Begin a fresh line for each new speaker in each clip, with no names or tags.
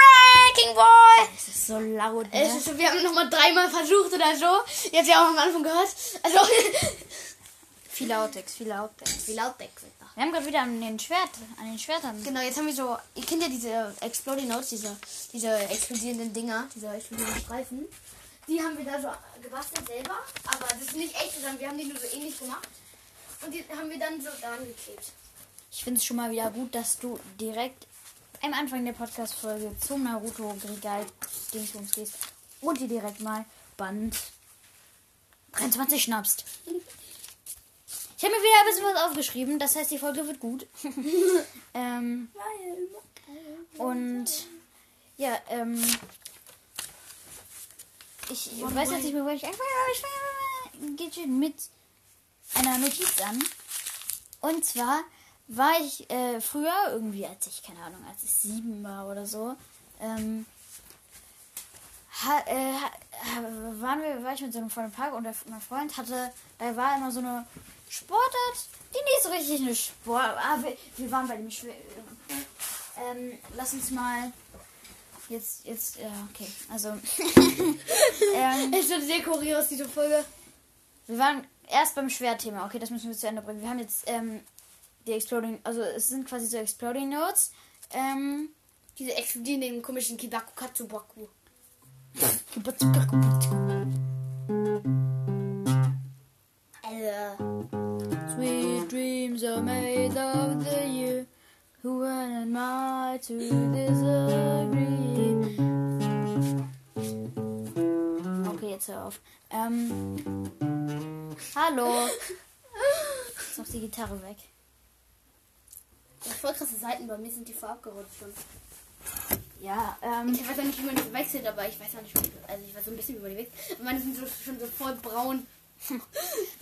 Wrecking Ball!
Das ist so laut.
Es
Ne?
ist, wir haben nochmal dreimal versucht oder so. Ihr habt ja auch am Anfang gehört. Also,
Viele Outtakes, viele Outtakes.
wie laut der Quick war.
Wir haben gerade wieder an den Schwert, an den Schwertern.
Genau, jetzt haben wir so. Ihr kennt ja diese Exploding Notes, diese, diese explodierenden Dinger, diese explodierenden Streifen. Die haben wir da so gebastelt selber. Aber das ist nicht echt, sondern wir haben die nur so ähnlich gemacht. Und die haben wir dann so daran geklebt.
Ich finde es schon mal wieder gut, dass du direkt am Anfang der Podcast-Folge zum Naruto Regal Dingsbums gehst und dir direkt mal Band 23 schnappst. Ich habe mir wieder ein bisschen was aufgeschrieben, das heißt, die Folge wird gut. ähm, und ja, ähm, ich weiß jetzt nicht mehr, wo ich anfange, aber ich fange geht schon mit einer Notiz an. Und zwar war ich äh, früher irgendwie, als ich, keine Ahnung, als ich sieben war oder so, ähm, ha, äh, ha, ha- waren wir, war ich mit so einem Freund im Park und der, mein Freund hatte, da war immer so eine Sportart, die nicht so richtig eine Sportart, ah, wir, wir waren bei dem Schwer... Ähm, lass uns mal jetzt, jetzt, ja, okay, also, ähm,
Es wird sehr kurios, diese Folge.
wir waren erst beim Schwertthema. Okay, das müssen wir zu Ende bringen. Wir haben jetzt ähm, die Exploding, also es sind quasi so Exploding Notes. Ähm,
Diese explodierenden komischen Kibaku Katsubaku. Also,
Sweet dreams are made of the year. Who am I to disagree? Okay, jetzt hör auf. Ähm, hallo. Jetzt noch die Gitarre weg.
voll krasse Seiten, bei mir sind die voll abgerutscht schon.
Ja, ähm,
Ich weiß auch nicht, wie man die wechselt, aber ich weiß auch nicht, wie, also ich weiß so ein bisschen, wie man die wechselt. Meine sind so, schon so voll braun.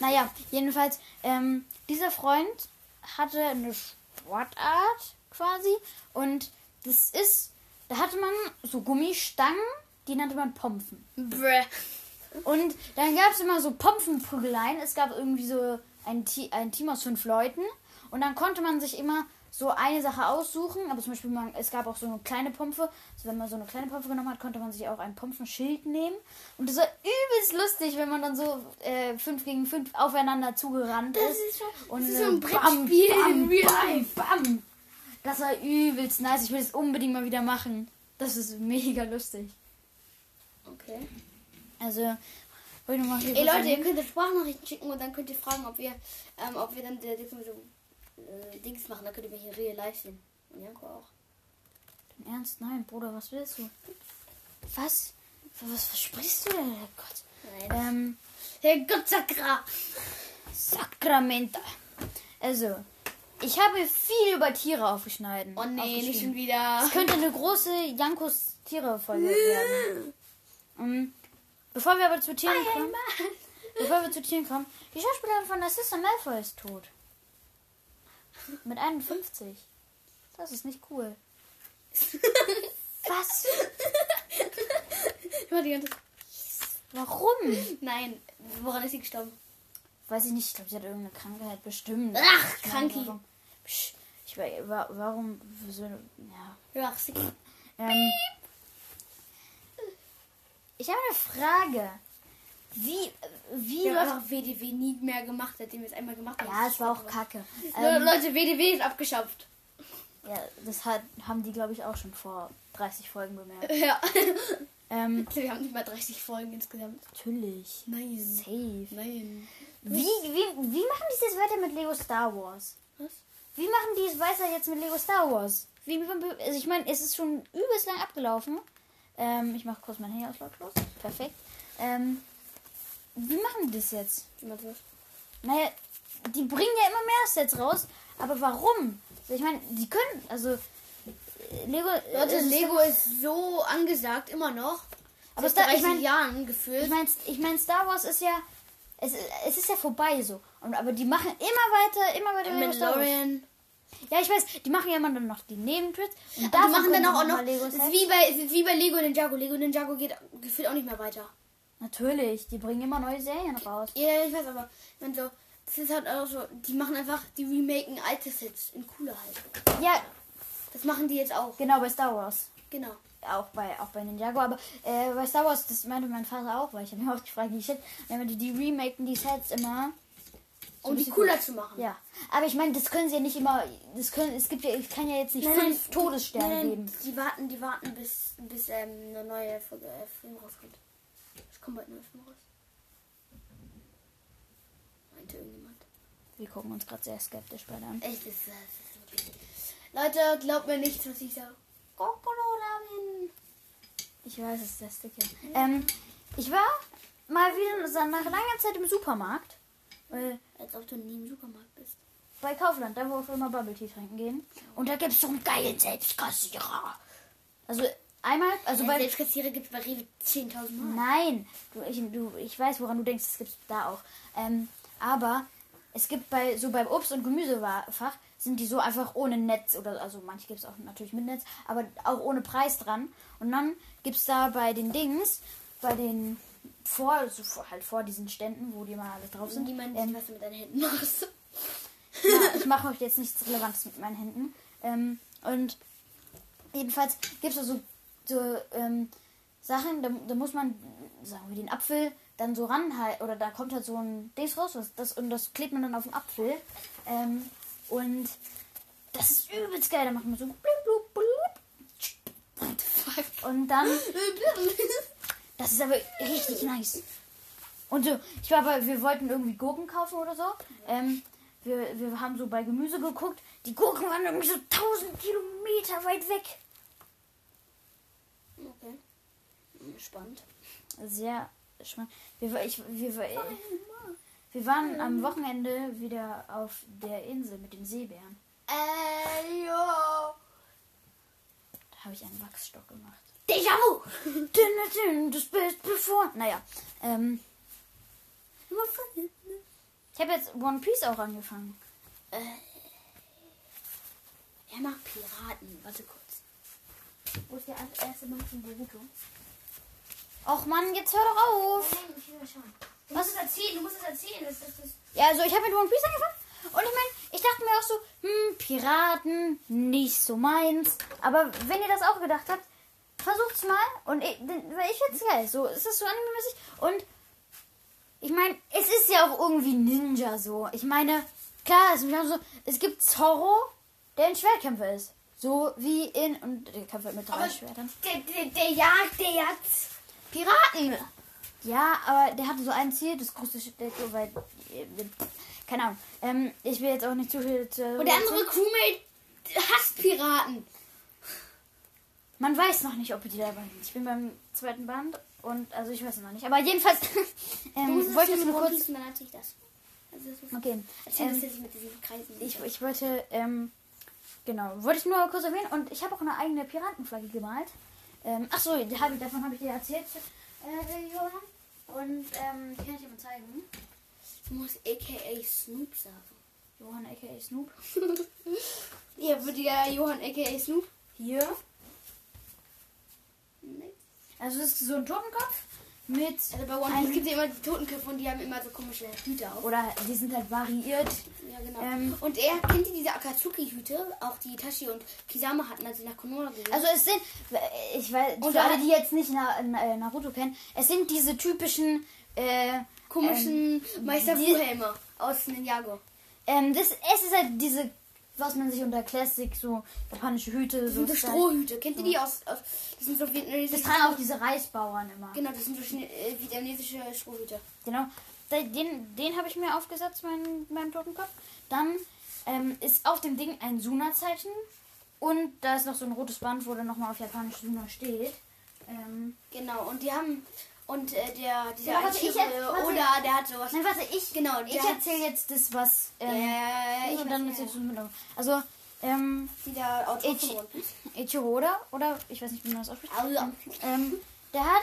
Naja, jedenfalls, ähm, dieser Freund hatte eine Sportart quasi und das ist, da hatte man so Gummistangen, die nannte man Pompen.
Brr.
Und dann gab es immer so Pompenprügeleien. Es gab irgendwie so ein, Ti- ein Team aus fünf Leuten. Und dann konnte man sich immer so eine Sache aussuchen. Aber zum Beispiel, man, es gab auch so eine kleine Pompe. Also wenn man so eine kleine Pompe genommen hat, konnte man sich auch ein Pompenschild nehmen. Und das war übelst lustig, wenn man dann so äh, fünf gegen fünf aufeinander zugerannt ist.
ist schon-
und
das ist
äh,
so ein Brettspiel in Real Life.
Bam, bam. Das war übelst nice. Ich will es unbedingt mal wieder machen. Das ist mega lustig.
Okay.
Also, wollte ich noch mal hier
Ey
kurz
Leute,
sagen.
ihr könnt uns Sprachnachrichten schicken und dann könnt ihr fragen, ob wir, ähm, ob wir dann der Dings, so, äh, Dings machen. Dann könnt ihr mich in Real Life sehen. Und Janko auch.
Im Ernst? Nein, Bruder, was willst du? Was? Für Was versprichst du denn, Herrgott?
Nein.
Ähm,
Hey Gott, Sakra.
Sakramente. Also, ich habe viel über Tiere aufgeschneiden.
Oh nee, nicht schon
aufgeschrieben.
wieder.
Das könnte eine große Jankos Tiere-Folge werden. Ähm, bevor wir aber zu
Ah,
Tieren kommen. Bevor wir zu Tieren kommen. Die Schauspielerin von Assistant Malfoy ist tot. Mit 51. Das ist nicht cool. Was?
Ich mach die ganze
Warum?
Nein, woran ist sie gestorben?
Weiß ich nicht, ich glaube, sie hat irgendeine Krankheit bestimmt.
Ach,
Keine
Kranki.
Ahnung. Psch, Ich weiß, wa- warum so, ja.
Ach, sie.
Ähm, ich habe eine Frage. Wie, wie
Wir
läuft...
haben auch WDW nie mehr gemacht, seitdem wir es einmal gemacht haben.
Ja, es war auch kacke.
Le-
Ähm,
Leute, WDW ist abgeschafft.
ja, das hat, haben die, glaube ich, auch schon vor 30 Folgen bemerkt.
Ja.
Ähm,
Wir haben nicht mal 30 Folgen insgesamt.
natürlich.
Nein.
Safe.
Nein.
Wie, wie, wie machen die es jetzt weiter mit Lego Star Wars?
Was?
Wie machen die es weiter jetzt mit Lego Star Wars? Wie, wie- wie- also ich meine, es ist schon übelst lang abgelaufen. Ähm, ich mache kurz mein Handy aus lautlos. Perfekt. Ähm, wie machen die das jetzt? Naja, die bringen ja immer mehr Sets raus, aber warum? Also ich meine, die können, also äh, Lego. äh,
Leute,
es ist-
Lego ist so angesagt, immer noch.
Aber
Aber Seit
Star-
30
ich mein-
Jahren gefühlt.
Ich meine, ich mein, Star Wars ist ja, es, es ist ja vorbei so. Und, aber die machen immer weiter, immer
Äh,
weiter. Lego Star Wars.
Mandalorian.
Ja, ich weiß, die machen ja immer dann noch die Nebentrips. Und
Die
dafür
machen dann
können sie
auch, auch noch.
mal Lego
es
Sets.
ist wie bei, es ist wie bei Lego Ninjago. Lego Ninjago geht gefühlt auch nicht mehr weiter.
Natürlich, die bringen immer neue Serien raus.
Ja, ich weiß, aber wenn so. Das ist halt auch so. Die machen einfach, die remaken alte Sets in cooler halt.
Ja,
Das machen die jetzt auch.
genau, bei Star Wars.
Genau.
Auch bei, auch bei Ninjago, aber äh, bei Star Wars, das meinte mein Vater auch, weil ich habe mir auch gefragt, die Shit, wenn die, die remaken die Sets immer. so
Um
ein
die
bisschen-
cooler zu machen.
Ja, aber ich meine, das können sie ja nicht immer, das können, es gibt ja, ich kann ja jetzt nicht fünf Todessterne
nein, nein,
geben.
Die warten, die warten, bis, bis ähm, eine neue Folge, äh, Film rauskommt. Es kommt bald ein neuer Film raus. Meinte irgendjemand.
Wir gucken uns gerade sehr skeptisch bei an.
Echt, das ist, äh, das ist wirklich. Leute, glaubt mir nicht, was ich sage.
Ich weiß, es ist das Dicke. Ähm, ich war mal wieder so nach langer Zeit im Supermarkt. Äh,
Als ob du nie im Supermarkt bist.
bei Kaufland, da wo wir immer Bubble Tea trinken gehen. Und da gibt es so einen geilen Selbstkassierer. Also einmal, also
Also
bei.
Selbstkassiere gibt es bei Rewe 10.000 Mal.
Nein, du, ich, du, ich weiß, woran du denkst, das gibt's da auch. Ähm, aber es gibt bei so beim Obst- und Gemüsefach sind die so einfach ohne Netz oder also manche gibt es auch natürlich mit Netz, aber auch ohne Preis dran. Und dann gibt es da bei den Dings, bei den vor, also vor- halt vor diesen Ständen, wo die immer alle drauf
Also
sind.
niemand
ähm,
sieht, was du mit deinen Händen machst.
ja, ich mache euch jetzt nichts Relevantes mit meinen Händen. Ähm, und jedenfalls gibt es so, so ähm, Sachen, da, da muss man, sagen wir, den Apfel dann so ranhalten. Oder da kommt halt so ein Dings raus was, das, und das klebt man dann auf den Apfel. Ähm, und das ist übelst geil. Da macht man so blub, blub, blub. Und dann das ist aber richtig nice. Und so, ich war bei, wir wollten irgendwie Gurken kaufen oder so. Ähm, wir, wir haben so bei Gemüse geguckt. Die Gurken waren irgendwie so 1000 Kilometer weit weg.
okay. Spannend.
Sehr spannend. Wir, war- ich, wir, war- wir waren am Wochenende wieder auf der Insel mit den Seebären.
Ey, yo.
Da habe ich einen Wachsstock gemacht.
Déjà vu.
Dün, dün, dün, Das bist bevor. Naja, ähm, ich habe jetzt One Piece auch angefangen.
Äh. Er macht Piraten. Warte kurz. Wo ist der erste Mann von Boruto? Oh
Och Mann, jetzt hör doch auf.
Nein, ich will mal schauen. Du musst es erzählen, du musst es erzählen. Das, das, das.
Ja, also ich habe mit One Piece angefangen und ich meine, ich dachte mir auch so, hm, Piraten, nicht so meins. Aber wenn ihr das auch gedacht habt, versucht's mal und ich, denn- weil ich find's geil. So, es ist so angemäßig und ich meine, es ist ja auch irgendwie Ninja so. Ich meine, klar, es, wir haben so, es gibt Zorro, der ein Schwertkämpfer ist. So wie in, und der kämpft halt mit drei
Aber-
Schwertern.
Der, der, der jagt, der jagt.
Piraten! Ja, aber der hatte so ein Ziel, das große Schiff, der- weil. äh, Keine Ahnung. Ähm, ich will jetzt auch nicht zu viel. Zu
Und der andere Crewmate hasst Piraten.
Man weiß noch nicht, ob die dabei sind. Ich bin beim zweiten Band und. Also, ich weiß es noch nicht. Aber jedenfalls. ähm, wollte ich nur kurz.
Dann hatte ich das. Also das muss
Okay.
Erzähl das
Ähm,
jetzt mit diesen Kreisen.
ich, ich wollte. Ähm, genau. Wollte ich nur kurz erwähnen und ich habe auch eine eigene Piratenflagge gemalt. Ähm, ach so, die hab ich, davon habe ich dir erzählt, äh, Johann. Und ähm, die kann ich dir mal zeigen.
muss aka Snoop sagen.
Johann aka Snoop.
Ja, würde ja Johann aka Snoop.
Hier.
Nee.
Also es ist so ein Totenkopf mit äh,
Also bei One
Ein-
Piece gibt es ja immer die Totenköpfe und die haben immer so komische Hüte auf.
oder die sind halt variiert.
Ja, genau.
Ähm,
und er kennt ihr diese Akatsuki-Hüte, auch die Tashi und Kisame hatten, als sie nach Konoha gegangen
Also es sind äh, ich weiß
Und
für alle
da-
die jetzt nicht Na, Na, Naruto kennen, es sind diese typischen äh,
komischen Meister
Ähm, die-
Fuhelme aus Ninjago.
ähm, das es ist halt diese was man sich unter Classic so japanische Hüte
Das
so
sind so
Style-
Strohhüte. Kennt ihr die aus, aus das sind so vietnamesische
Also Das tragen auch diese Reisbauern immer.
Genau, das sind so Schne- äh, vietnamesische Strohhüte.
Genau. Da- Den, den habe ich mir aufgesetzt, meinen, meinen Totenkopf. Dann ähm, ist auf dem Ding ein Suna-Zeichen. Und da ist noch so ein rotes Band, wo dann nochmal auf japanisch Suna steht. Ähm,
Genau, und die haben und äh, der dieser
Ja, warte, ich
Aichiro,
jetzt- warte.
oder der hat sowas.
nein, warte, ich,
Genau, der
ich
hat-
erzähle jetzt das, was.
Ja,
Ähm,
ja, ja, ich
und
weiß,
dann
ja,
erzählst du mit. Also, ähm,
dieser Autor
Ich-
von One Piece.
Ichiro Oda, oder ich weiß nicht, wie man das ausspricht.
Also,
ähm, der hat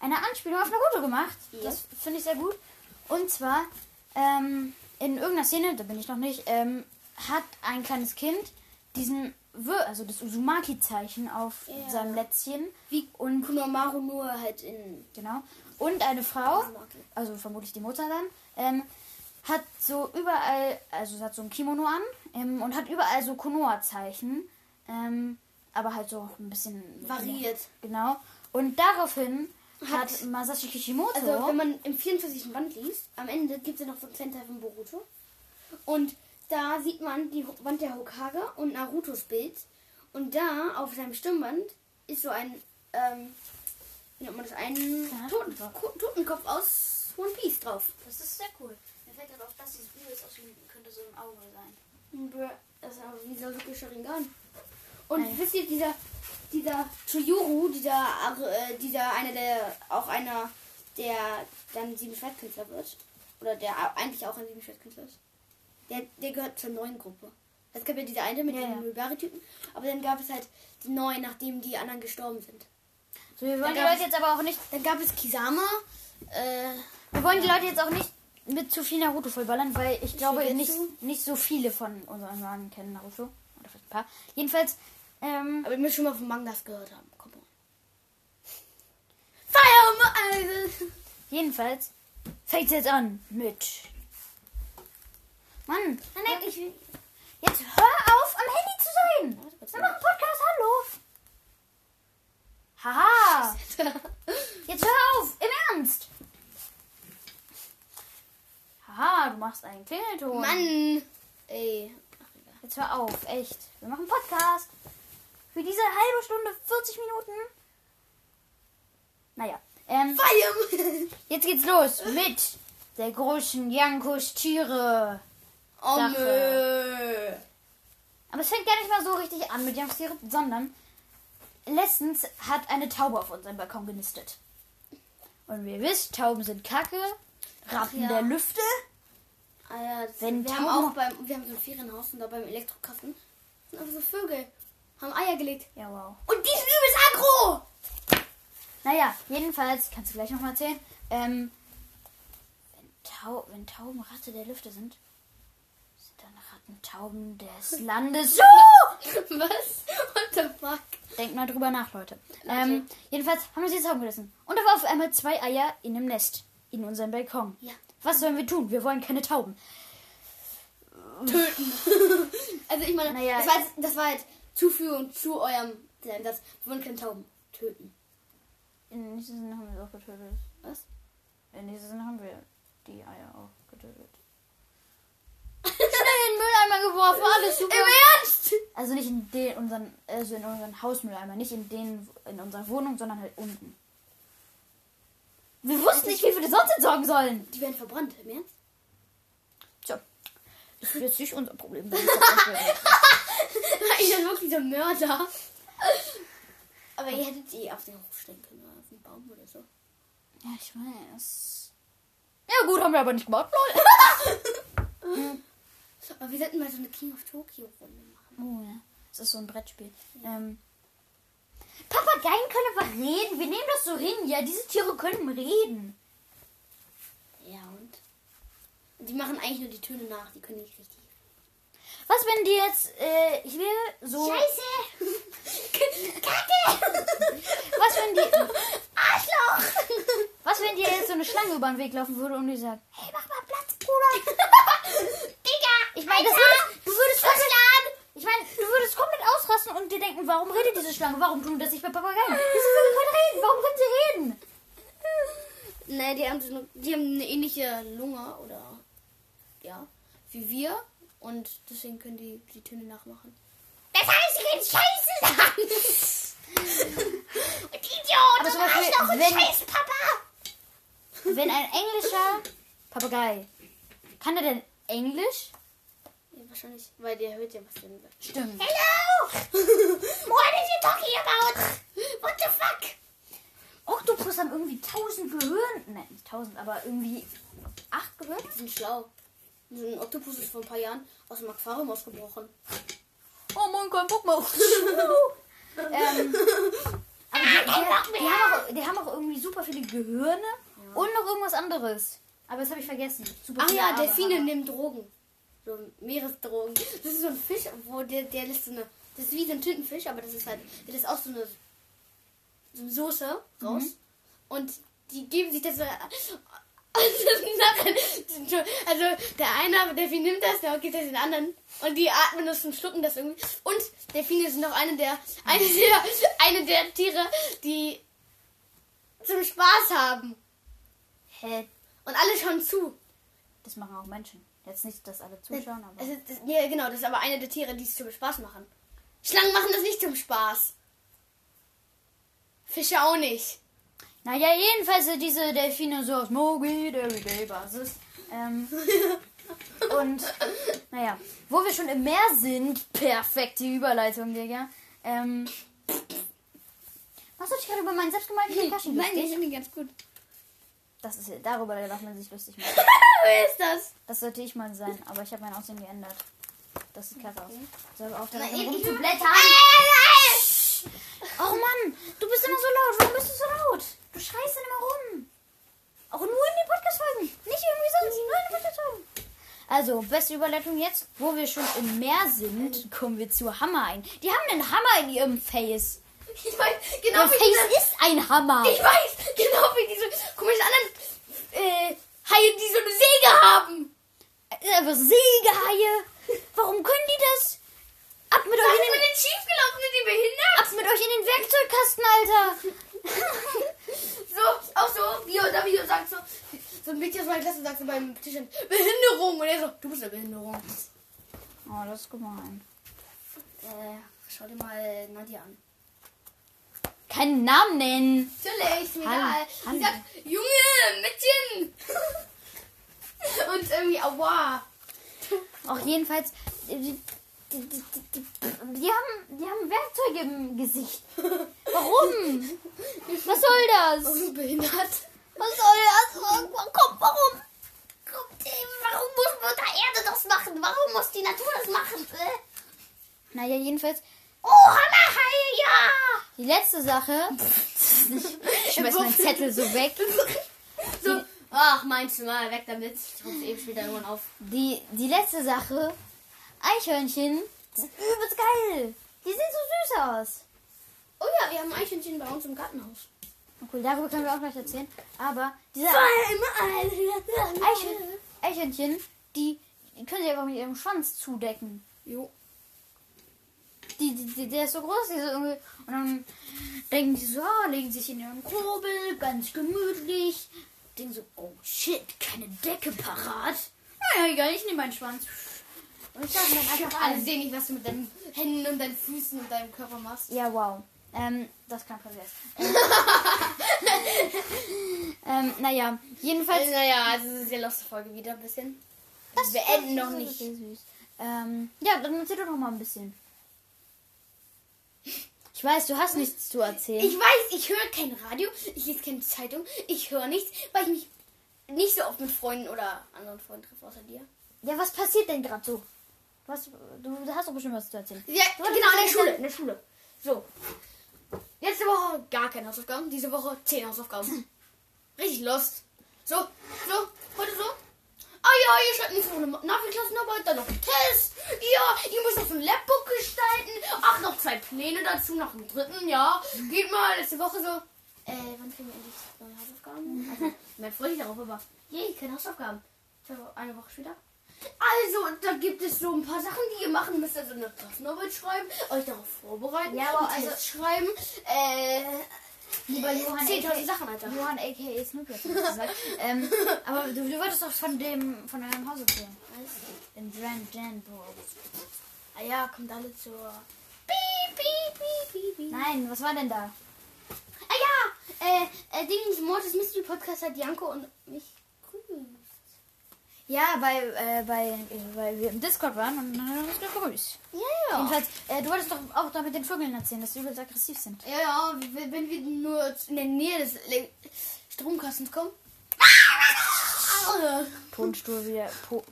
eine Anspielung auf Naruto gemacht.
Ja.
Das finde ich sehr gut. Und zwar ähm, in irgendeiner Szene, da bin ich noch nicht, ähm, hat ein kleines Kind diesen Wir, also das Uzumaki-Zeichen auf
Ja.
seinem Lätzchen.
Wie
Und
Kunomaru nur halt in
genau. Und eine Frau,
Uzumaki.
also vermutlich die Mutter dann, ähm, hat so überall, also sie hat so ein Kimono an ähm, und hat überall so Konoha-Zeichen. Ähm, aber halt so auch ein bisschen
Variiert.
Genau. Und daraufhin hat,
Hat-
Masashi Kishimoto
Also, wenn man im 44. Band liest, am Ende gibt es ja noch so einen Center von Boruto. Und da sieht man die Ho- Wand der Hokage und Narutos Bild. Und da auf seinem Stirnband ist so ein, ähm, wie nennt man das, ein
Klar.
Toten Ko- Totenkopf aus One Piece drauf.
das ist sehr cool. Mir fällt gerade auf, dass dieses Bild aus könnte so ein Auge sein.
Bro, Das ist aber wie Sasuke Sharingan. Und
Nein.
wisst ihr, dieser, dieser Choyuru, dieser, Ar- äh, dieser einer, der auch einer, der dann sieben Schwertkünstler wird, oder der a- eigentlich auch ein sieben Schwertkünstler ist, der, der gehört zur neuen Gruppe. Es gab ja diese eine mit
Ja, ja.
den Mulberry-Typen, aber dann gab es halt die neuen, nachdem die anderen gestorben sind.
So, wir wollen die
Ja,
Leute jetzt aber auch nicht,
Dann gab es Kisama, äh,
wir wollen die Leute jetzt auch nicht mit zu viel Naruto vollballern, weil ich glaube
Shigetsu?
nicht, nicht so viele von unseren Hörern kennen Naruto. Oder vielleicht ein paar. Jedenfalls, ähm,
aber ihr müsst schon mal von Mangas gehört haben. Komm on. Fire äh, on my eyes!
jedenfalls fängt jetzt an mit. Mann, nein, nein, ich will. Jetzt hör auf, am Handy zu sein! Wir machen Podcast, hallo! Haha! Jetzt hör auf! Im Ernst! Haha, du machst einen Klingelton.
Mann! Ey.
Jetzt hör auf, echt. Wir machen Podcast. Für diese halbe Stunde, 40 Minuten. Naja, ähm,
Feiern!
jetzt geht's los mit der großen Jankos Tiere.
Oh,
Sache.
nö.
Aber es fängt gar nicht mal so richtig an mit Jankos Tiere, sondern letztens hat eine Taube auf unserem Balkon genistet. Und wie ihr wisst, Tauben sind kacke, Ratten
ja.
der Lüfte.
Ah, ja, das
Wenn
wir haben
Tauben-
auch beim, wir haben so ein Ferienhaus und da beim Elektrokasten sind einfach so Vögel. Haben Eier gelegt.
Ja, wow.
Und die sind übelst aggro!
Naja, jedenfalls, kannst du gleich nochmal erzählen, ähm, wenn, Tau wenn Tauben Ratte der Lüfte sind, sind dann Ratten Tauben des Landes. Uh!
Was? What the fuck?
Denkt mal drüber nach, Leute. Ähm, jedenfalls haben wir sie jetzt Tauben gelassen. Und da war auf einmal zwei Eier in einem Nest, in unserem Balkon.
Ja.
Was sollen wir tun? Wir wollen keine Tauben.
Töten. also ich meine,
Naja,
das, war jetzt, das war jetzt Zuführung zu eurem Satz. Wir wollen keine Tauben töten.
In nächster Sinne haben wir sie auch getötet.
Was?
In nächster Sinne haben wir die Eier auch getötet. Schnell in den Mülleimer geworfen, alles super.
Ernst?
Äh, Also nicht in den unseren, also in unseren Hausmülleimer, nicht in den in unserer Wohnung, sondern halt unten. Wir wussten nicht, wie wir das sonst entsorgen sollen.
Die werden verbrannt. Im Ernst?
Tja, das ist jetzt nicht unser Problem. wenn wir das nicht wollen.
War ich dann wirklich der Mörder? Aber ihr hättet sie auf den Hof stellen können oder auf den Baum oder so.
ja, ich weiß. Ja gut, haben wir aber nicht gemacht. Lol.
Aber wir sollten mal so eine King of Tokyo Runde machen.
Oh ja, das ist so ein Brettspiel. Ähm, Papageien können einfach reden. Wir nehmen das so hin. Ja, diese Tiere können reden.
Ja und? Die machen eigentlich nur die Töne nach, die können nicht richtig.
Was, wenn die jetzt, äh, ich will
Oh.
so...
Scheiße! Kacke!
Was, wenn die...
Arschloch!
Was, wenn dir jetzt so eine Schlange über den Weg laufen würde und die sagt, hey, mach mal Platz, Bruder.
Digga!
Ich meine, das würdest, du würdest komplett, ich meine, du würdest komplett ausrasten und dir denken, warum redet diese Schlange? Warum tun das nicht bei Papageien? Diese Schlange können reden. Warum können sie reden?
Nein, die haben, so eine, die haben eine ähnliche Lunge oder ja, wie wir und deswegen können die die Töne nachmachen. Das heißt, sie können Scheiße sagen. und Idiot
Aber zum Beispiel, wenn-
Papa.
Wenn ein englischer Papagei, kann er denn Englisch?
Ja, wahrscheinlich, weil der hört ja was drin sagt.
Stimmt.
Hello! What are you talking about? What the fuck?
Oktopus haben irgendwie tausend Gehirn, nein, nicht tausend, aber irgendwie acht Gehirn?
Die sind schlau. So ein Oktopus ist vor ein paar Jahren aus dem Aquarium ausgebrochen.
Oh mein Gott, guck mal. ähm, aber die, die, die, haben auch, die haben auch irgendwie super viele Gehirne und noch irgendwas anderes. Aber das habe ich vergessen. Super
Ach
viele
Ah ja,
Arme
Delfine
haben wir.
nehmen Drogen. So Meeresdrogen. Das ist so ein Fisch, wo der, der lässt so eine. Das ist wie so ein Tintenfisch, aber das ist halt. Der lässt auch so eine,
Mhm.
so eine Soße raus. Und die geben sich das so Und nachher, also der eine, der Finn nimmt das, der gibt das den anderen. Und die atmen das und schlucken das irgendwie. Und Delfine sind auch eine der, eine der, eine der Tiere, die zum Spaß haben.
Hä?
Und alle schauen zu.
Das machen auch Menschen. Jetzt nicht, dass alle zuschauen, aber.
Es ist, das, ja, genau, das ist aber eine der Tiere, die es zum Spaß machen. Schlangen machen das nicht zum Spaß. Fische auch nicht.
Naja, jedenfalls sind diese Delfine so auf Mogi, Everyday Basis. Ähm, und, naja, wo wir schon im Meer sind, perfekte Überleitung, Digga. Ähm, was hast du dich gerade über meinen selbstgemalten Kakashi lustig?
finde ganz gut.
Das ist, darüber darf man sich lustig machen.
Wer ist das?
Das sollte ich mal sein, aber ich habe mein Aussehen geändert. Das sieht kacke aus. Soll auf der
Nein, ich-
Rücken
ich-
zu blättern. Oh Mann, du bist immer so laut. Warum bist du so laut? Du schreist dann immer rum. Auch nur in den Podcast-Folgen. Nicht irgendwie sonst. Nur in den Podcast-Folgen. Also, beste Überleitung jetzt. Wo wir schon im Meer sind, kommen wir zu Hammer ein. Die haben einen Hammer in ihrem Face.
Ich weiß, genau
Ihr
wie diese,
Face ist ein Hammer.
ich weiß, genau wie diese komischen anderen äh, Haie, die so eine Säge haben.
Äh, aber Sägehaie. Warum können die das? Ab mit
Da
euch
sind
in
wir
den
den schiefgelaufenen, die behindert.
Ab mit euch in den Werkzeugkasten, Alter!
So, auch so, wie unser Video sagt so, so ein Mädchen aus meiner Klasse sagt so beim Tisch Behinderung. Und er so, du bist eine Behinderung.
Oh, das ist gemein.
Äh, schau dir mal Nadia an.
Keinen Namen nennen!
Natürlich, ist mir egal.
Hallo,
Die
hallo.
sagt, Junge, Mädchen. Und irgendwie, aua.
Auch jedenfalls, äh, die, die, die, die, die, haben, die haben Werkzeuge im Gesicht. Warum? Was soll das?
Oh, du behindert.
Was soll das? Komm, warum? Komm, äh, warum muss Mutter Erde das machen? Warum muss die Natur das machen? Äh? Naja, jedenfalls. Oh, Hammerhaie, ja! Die letzte Sache. Ich schmeiß meinen Zettel so weg.
So, ach, meinst du mal, weg damit. Ich rufe eben später irgendwann auf.
Die, die letzte Sache. Eichhörnchen sind übelst geil. Die sehen so süß aus.
Oh ja, wir haben Eichhörnchen bei uns im Gartenhaus.
Okay, darüber können wir auch gleich erzählen. Aber diese
Eichhörnchen.
Eichhörnchen, Eichhörnchen die, die können sich einfach mit ihrem Schwanz zudecken.
Jo.
Die, die, die, der ist so groß, die ist irgendwie. Und dann denken die so, ah, legen sich in ihren Kurbel, ganz gemütlich. Denken so, oh shit, keine Decke parat. Naja, egal, ich nehme meinen Schwanz. Und ich sage dann einfach
Alle
alles.
sehen nicht, was du mit deinen Händen und deinen Füßen und deinem Körper machst.
Ja, wow. Ähm, das kann passieren. Ähm, naja, jedenfalls.
Naja, also es ist sehr loste Folge wieder ein bisschen. wir enden noch nicht.
Sehr süß. Ähm, ja, dann erzähl doch noch mal ein bisschen. Ich weiß, du hast nichts zu erzählen.
Ich weiß, ich höre kein Radio, ich lese keine Zeitung, ich höre nichts, weil ich mich nicht so oft mit Freunden oder anderen Freunden treffe, außer dir.
ja, was passiert denn gerade so? Was, du hast doch bestimmt was zu erzählen.
Ja,
Du
genau,
hast
in der
gesagt,
Schule, in der Schule. So. Letzte Woche gar keine Hausaufgaben, diese Woche 10 Hausaufgaben. Richtig lost. So, so, heute so. Ah ja, ihr schreibt nicht so eine Nachmittagsklassenarbeit, dann noch ein Test. Ja, ihr müsst noch so ein Labbook gestalten. Ach, noch zwei Pläne dazu, noch einen dritten, ja. Geht mal, letzte Woche so. Äh, wann kriegen wir endlich neue Hausaufgaben? Also, mein Freund darauf, aber yay, keine Hausaufgaben. Ich habe eine Woche später. Also, und da gibt es so ein paar Sachen, die ihr machen müsst. Also eine Klassenarbeit schreiben, euch darauf vorbereiten,
Ja, aber
einen
also-
Test schreiben. Äh,
Lieber Johann,
10.000
aka,
Sachen, Alter.
Johann aka Snoopy hast du gesagt. ähm, aber du, du wolltest doch von dem, von deinem Haus erzählen. Dem Grand Jan
Ah ja, kommt alle zur. Piep, piep, piep, piep, piep.
Nein, was war denn da?
Ah ja, äh, äh, Dingens Mordes Mystery Podcast hat Janko und mich grüßt.
Ja, bei, äh, bei, äh, weil wir im Discord waren und dann haben wir uns gegrüßt.
Ja, ja.
Jedenfalls, äh, du wolltest doch auch da mit den Vögeln erzählen, dass sie übelst aggressiv sind.
Ja, ja, w- wenn wir nur in der Nähe des Le- Stromkastens kommen. Ah,
Tonspur wieder, po,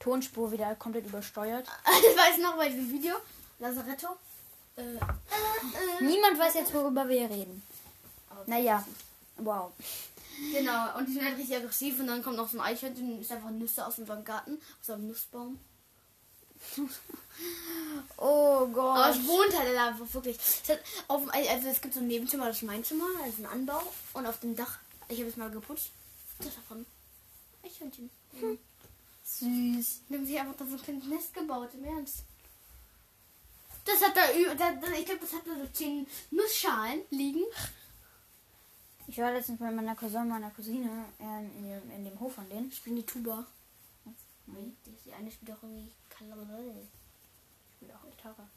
Tonspur wieder komplett übersteuert.
Ich weiß noch bei diesem Video, Lazaretto. Äh, äh, äh.
Niemand weiß jetzt, worüber wir reden. Naja, wow.
Genau, und die sind halt richtig aggressiv und dann kommt noch so ein Eichhörnchen und isst einfach Nüsse aus unserem Garten, aus einem Nussbaum.
Oh
Aber
Gott.
es wohnt halt da einfach wirklich. Es, hat auf, dem- also es gibt so ein Nebenzimmer, das ist mein Zimmer, das ist ein Anbau. Und auf dem Dach, ich habe es mal geputzt. Das davon. Eichhörnchen.
Süß.
Die haben sich einfach da so ein kleines Nest gebaut, im Ernst. Das hat da, ü- da, da ich glaube, das hat da so zehn Nussschalen liegen.
Ich war letztens mit meiner Cousine und meiner Cousine ähm, in, dem, in dem Hof von denen.
Spielen die Tuba. Die eine spielt auch irgendwie Kalamazoo.
Spielt auch Gitarre.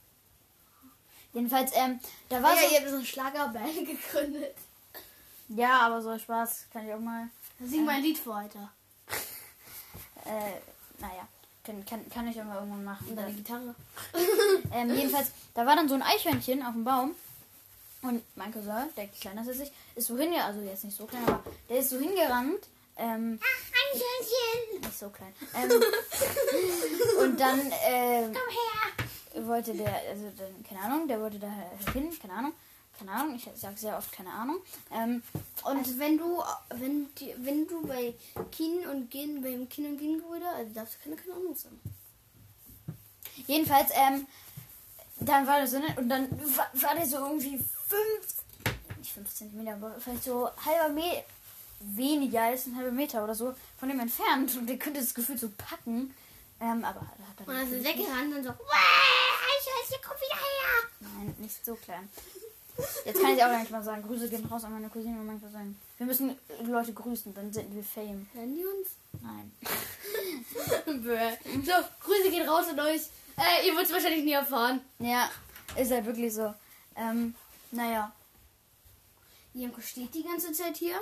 Jedenfalls, ähm, da war
ja,
so...
ihr habt so einen Schlagerband gegründet.
Ja, aber so Spaß kann ich auch mal...
Sing mal ein Lied vor, Alter.
Äh, naja, kann, kann, kann ich auch mal irgendwann machen.
Und deine Gitarre.
Ähm, jedenfalls, da war dann so ein Eichhörnchen auf dem Baum. Und mein Cousin, der kleiner ist als ich, ist so hinge... Also jetzt nicht so klein, aber der ist so hingerannt. Ähm,
Eichhörnchen!
nicht so klein. Ähm, und dann... Ähm,
Komm her!
wollte der, also dann, keine Ahnung, der wollte da hin, keine Ahnung, keine Ahnung, ich sag sehr oft keine Ahnung. Ähm,
Und wenn du, wenn, die, wenn du bei Kin und Gin, beim Kin und Gin Brüder, also darfst du keine, keine Ahnung sagen.
jedenfalls, ähm, dann war der so nett und dann war, war der so irgendwie fünf, nicht fünf Zentimeter, aber vielleicht so halber Meter, weniger als ein halber Meter oder so von dem entfernt und der könnte das Gefühl so packen. Ähm, aber da hat er
Und als
natürlich
sie
nicht-
weggerannt und so, Eichhörnchen, komm wieder her!
Nein, nicht so klein. Jetzt kann ich auch manchmal sagen, Grüße gehen raus an meine Cousine und meine Cousine. Wir müssen Leute grüßen, dann sind wir Fame.
Hören die uns?
Nein.
Bäh. so, Grüße gehen raus an euch. Äh, ihr würdet es wahrscheinlich nie erfahren.
Ja, ist halt wirklich so. Ähm, naja,
Janko steht die ganze Zeit hier.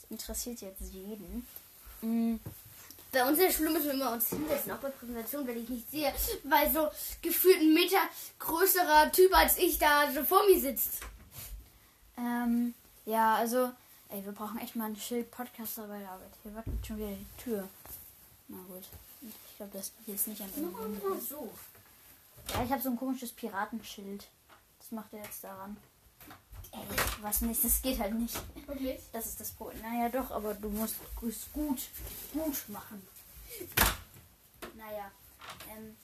das interessiert jetzt jeden. Mm,
Bei uns in der Schule müssen wir immer uns hinsetzen, auch bei Präsentationen, wenn ich nicht sehe, weil so gefühlt ein Meter größerer Typ als ich da
also
so vor mir sitzt.
ähm, ja, also, ey, wir brauchen echt mal einen Schild-Podcaster bei der Arbeit. Hier wackelt schon wieder die Tür. Na gut. Ich glaube, das hier ist nicht an irgendeinem Ende.
so.
Ja, ich habe so ein komisches Piratenschild. Das macht er jetzt daran. Ey, was nicht, das geht halt nicht.
Okay.
Das ist das Problem. Naja, doch, aber du musst es gut, gut machen. Naja, ähm,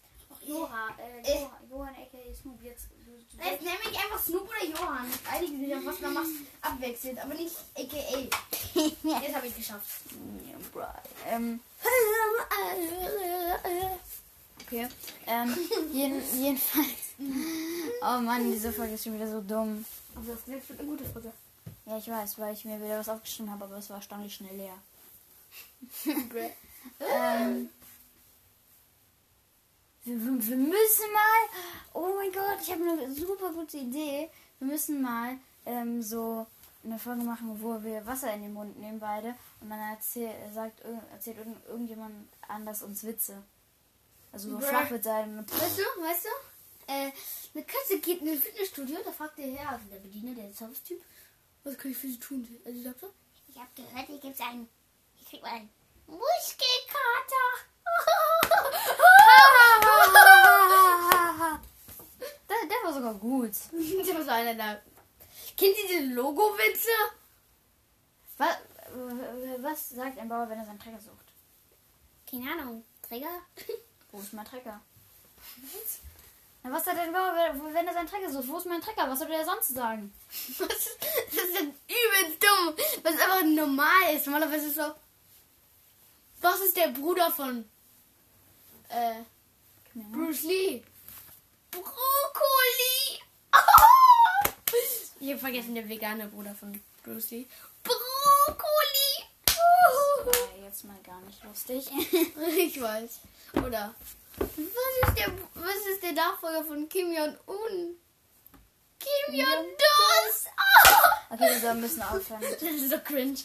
Jora, äh, Jora, Johann Ecke, Snoop, jetzt. Du, du,
Jetzt nenne ich einfach Snoop oder Johann. Einige sich auf was man macht, abwechselt, aber nicht aka. Jetzt habe ich geschafft.
Ja, Bri- ähm, okay. Ähm, jeden, jedenfalls. Oh Mann, diese Folge ist schon wieder so dumm.
Also das nächste wird eine gute Frage.
Ja, ich weiß, weil ich mir wieder was aufgeschrieben habe, aber es war erstaunlich schnell leer. Ähm, wir, wir, wir müssen mal. Oh mein Gott, ich habe eine super gute Idee. Wir müssen mal ähm, so eine Folge machen, wo wir Wasser in den Mund nehmen beide und man erzähl, sagt, irg- erzählt irgend, irgendjemand anders uns Witze. Also so
Bäh.
Flachwitz sein.
Weißt du, weißt du? Äh, eine Katze geht in ein Fitnessstudio, da fragt der Herr, also der Bediener, der Service-Typ, was kann ich für sie tun? Also ich so,
Ich habe gehört, hier gibt's einen. Ich krieg mal einen Muskelkater.
Der, der war sogar gut.
das ist immer so einer da. Kennt ihr diese Logo-Witze?
Was, was sagt ein Bauer, wenn er seinen Trecker sucht?
Keine Ahnung. Träger?
Wo ist mein Trecker? Na, was sagt ein Bauer, wenn- wenn er seinen Trecker sucht? Wo ist mein Trecker? Was soll er sonst sagen?
Was ist- Das ist ja übelst dumm, was einfach normal ist. Normalerweise ist so, was ist der Bruder von äh, Bruce Lee? Brokkoli! Ich habe vergessen, der vegane Bruder von Bruce Lee. Brokkoli!
War jetzt mal gar nicht lustig.
Ich weiß. Oder was ist der, was ist der Nachfolger von Kim Jong-un? Kim Jong-dos!
Okay, wir müssen aufhören.
Das ist so cringe.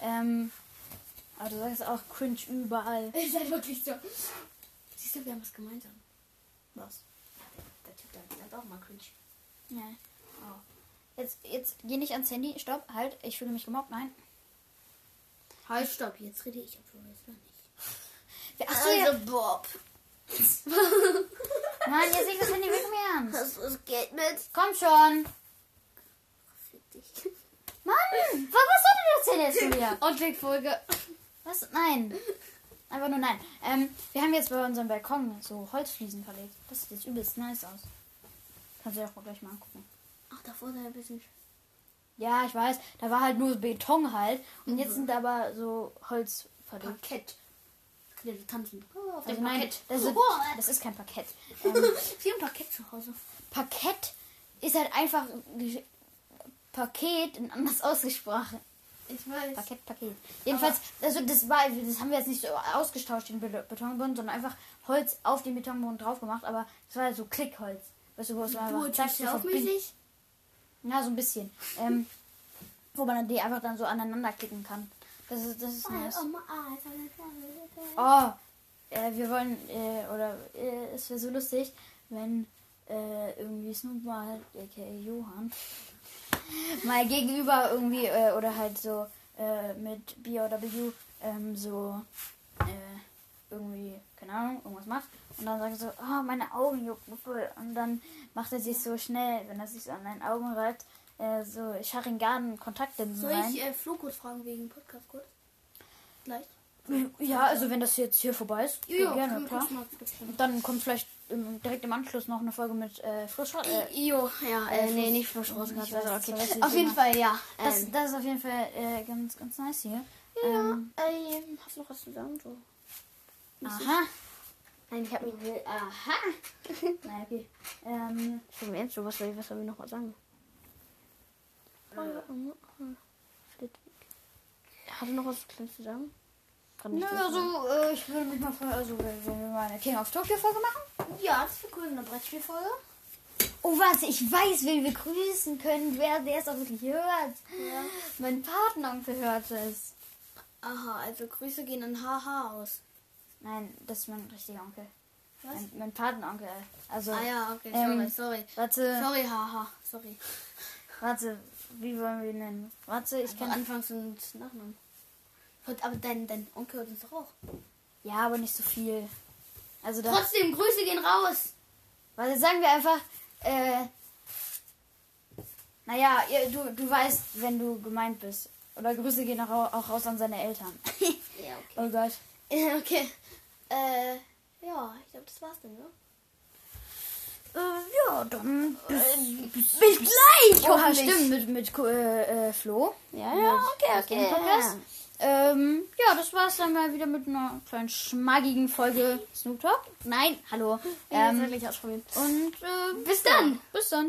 Ähm, aber du sagst auch cringe überall.
Das ist halt wirklich so. Siehst du, wir haben was gemeinsam.
Was?
Der Typ da hat auch mal cringe.
Nein. Oh. Jetzt, jetzt geh nicht ans Handy. Stopp, halt. Ich fühle mich gemobbt. Nein.
Halt, stopp, jetzt rede ich, obwohl jetzt noch nicht. Also,
Achso, ja.
Bob.
Nein, jetzt leg das Handy weg im Ernst.
Hast du das Geld mit?
Komm schon.
Fick dich.
Mann, wa- was soll denn das denn jetzt schon wieder?
Outtake-Folge.
Was? Nein. Einfach nur nein. Ähm, wir haben jetzt bei unserem Balkon so Holzfliesen verlegt. Das sieht jetzt übelst nice aus. Kannst du dir auch gleich mal angucken.
Ach, davor sei ein bisschen.
Ja, ich weiß, da war halt nur Beton halt. Und jetzt sind da aber so Holz verdeckt.
Mhm. Parkett. Können wir tanzen? Oh, auf
Also
dem
nein,
Parkett.
das ist,
Oh,
das ist kein Parkett.
wir haben Parkett zu Hause.
Parkett ist halt einfach Paket und anders ausgesprochen.
Ich weiß.
Parkett, Paket. Jedenfalls, also das war, das haben wir jetzt nicht so ausgetauscht, den Bet- Betonboden, sondern einfach Holz auf den Betonboden drauf gemacht, aber es war so Klickholz. Weißt du, wo es war einfach
it
zack, so
yourself
verbind-
mäßig?
Ja, so ein bisschen. Ähm, wo man dann die einfach dann so aneinander klicken kann. Das ist, das ist nice. Oh, äh, wir wollen, äh, oder äh, es wäre so lustig, wenn äh, irgendwie Snoop mal, aka Johann, mal gegenüber irgendwie, äh, oder halt so äh, mit BOW ähm, so äh, irgendwie, keine Ahnung, irgendwas macht. Und dann sagt er so, oh, meine Augen jucken voll. Und dann macht er sich so schnell, wenn er sich so an den Augen reibt, äh, so Sharingan-Kontaktlinsen
Soll
rein.
ich äh, Flo kurz fragen wegen Podcast kurz? Gleich.
Ja, also wenn das jetzt hier vorbei ist,
Ja, ja,
gerne,
können wir
klar.
kurz mal besprechen.
Und dann kommt vielleicht im, direkt im Anschluss noch eine Folge mit äh, Frisch. Äh,
Jo, ja, äh,
Fluss-
nee, nicht Fluss
Ich
rausgegangen.
weiß,
Also,
ich weiß
okay.
nicht
Auf jeden
immer.
Fall, ja.
das,
ähm,
das ist auf jeden Fall äh, ganz, ganz nice hier. Ähm,
ja, ähm, hast du noch was zu sagen? So.
aha.
Nein, ich hab mich. will- Aha!
Na, okay. Ähm,
Ich bin im Ernst, so, was soll ich, was soll ich nochmal sagen? Hast du noch was Kleines zu sagen? Kann
nö,
das sagen?
also äh, ich würde mich mal freuen, also wenn wenn wir mal eine King of Tokyo Folge machen.
Ja, das wäre cool, eine Brettspielfolge.
Oh, warte, ich weiß, wen wir grüßen können, wer der es auch wirklich hört. Mein Partneronkel hört es.
Aha, also Grüße gehen an HH aus.
Nein, das ist mein richtiger Onkel.
Was?
Mein, mein Patenonkel. Also,
Ah ja, okay,
Ähm,
sorry, sorry.
warte.
Sorry, HH, sorry.
Warte, wie wollen wir ihn nennen? Warte, ich
Von
kann.
Also Anfangs und Nachnamen. Hört, aber dein, dein Onkel hört uns doch auch.
Ja, aber nicht so viel. Also da.
Trotzdem, Grüße gehen raus.
Warte, sagen wir einfach. Äh, naja, ihr, du, du weißt, wenn du gemeint bist. Oder Grüße gehen auch, ra- auch raus an seine Eltern.
Ja, okay.
oh Gott.
okay. Äh, ja, ich glaube, das war's dann, ne?
Äh, ja, dann.
Äh,
Bis, bis,
Bis gleich!
Oha, stimmt, mit, mit Ko- äh, äh, Flo.
Ja, ja, okay,
aus dem Podcast. Ähm, ja, das war's dann mal wieder mit einer kleinen schmackigen Folge Snoop Dogg. Nein, hallo.
Ähm,
Ähm,
wirklich ausprobieren.
und äh,
Bis dann.
Bis dann.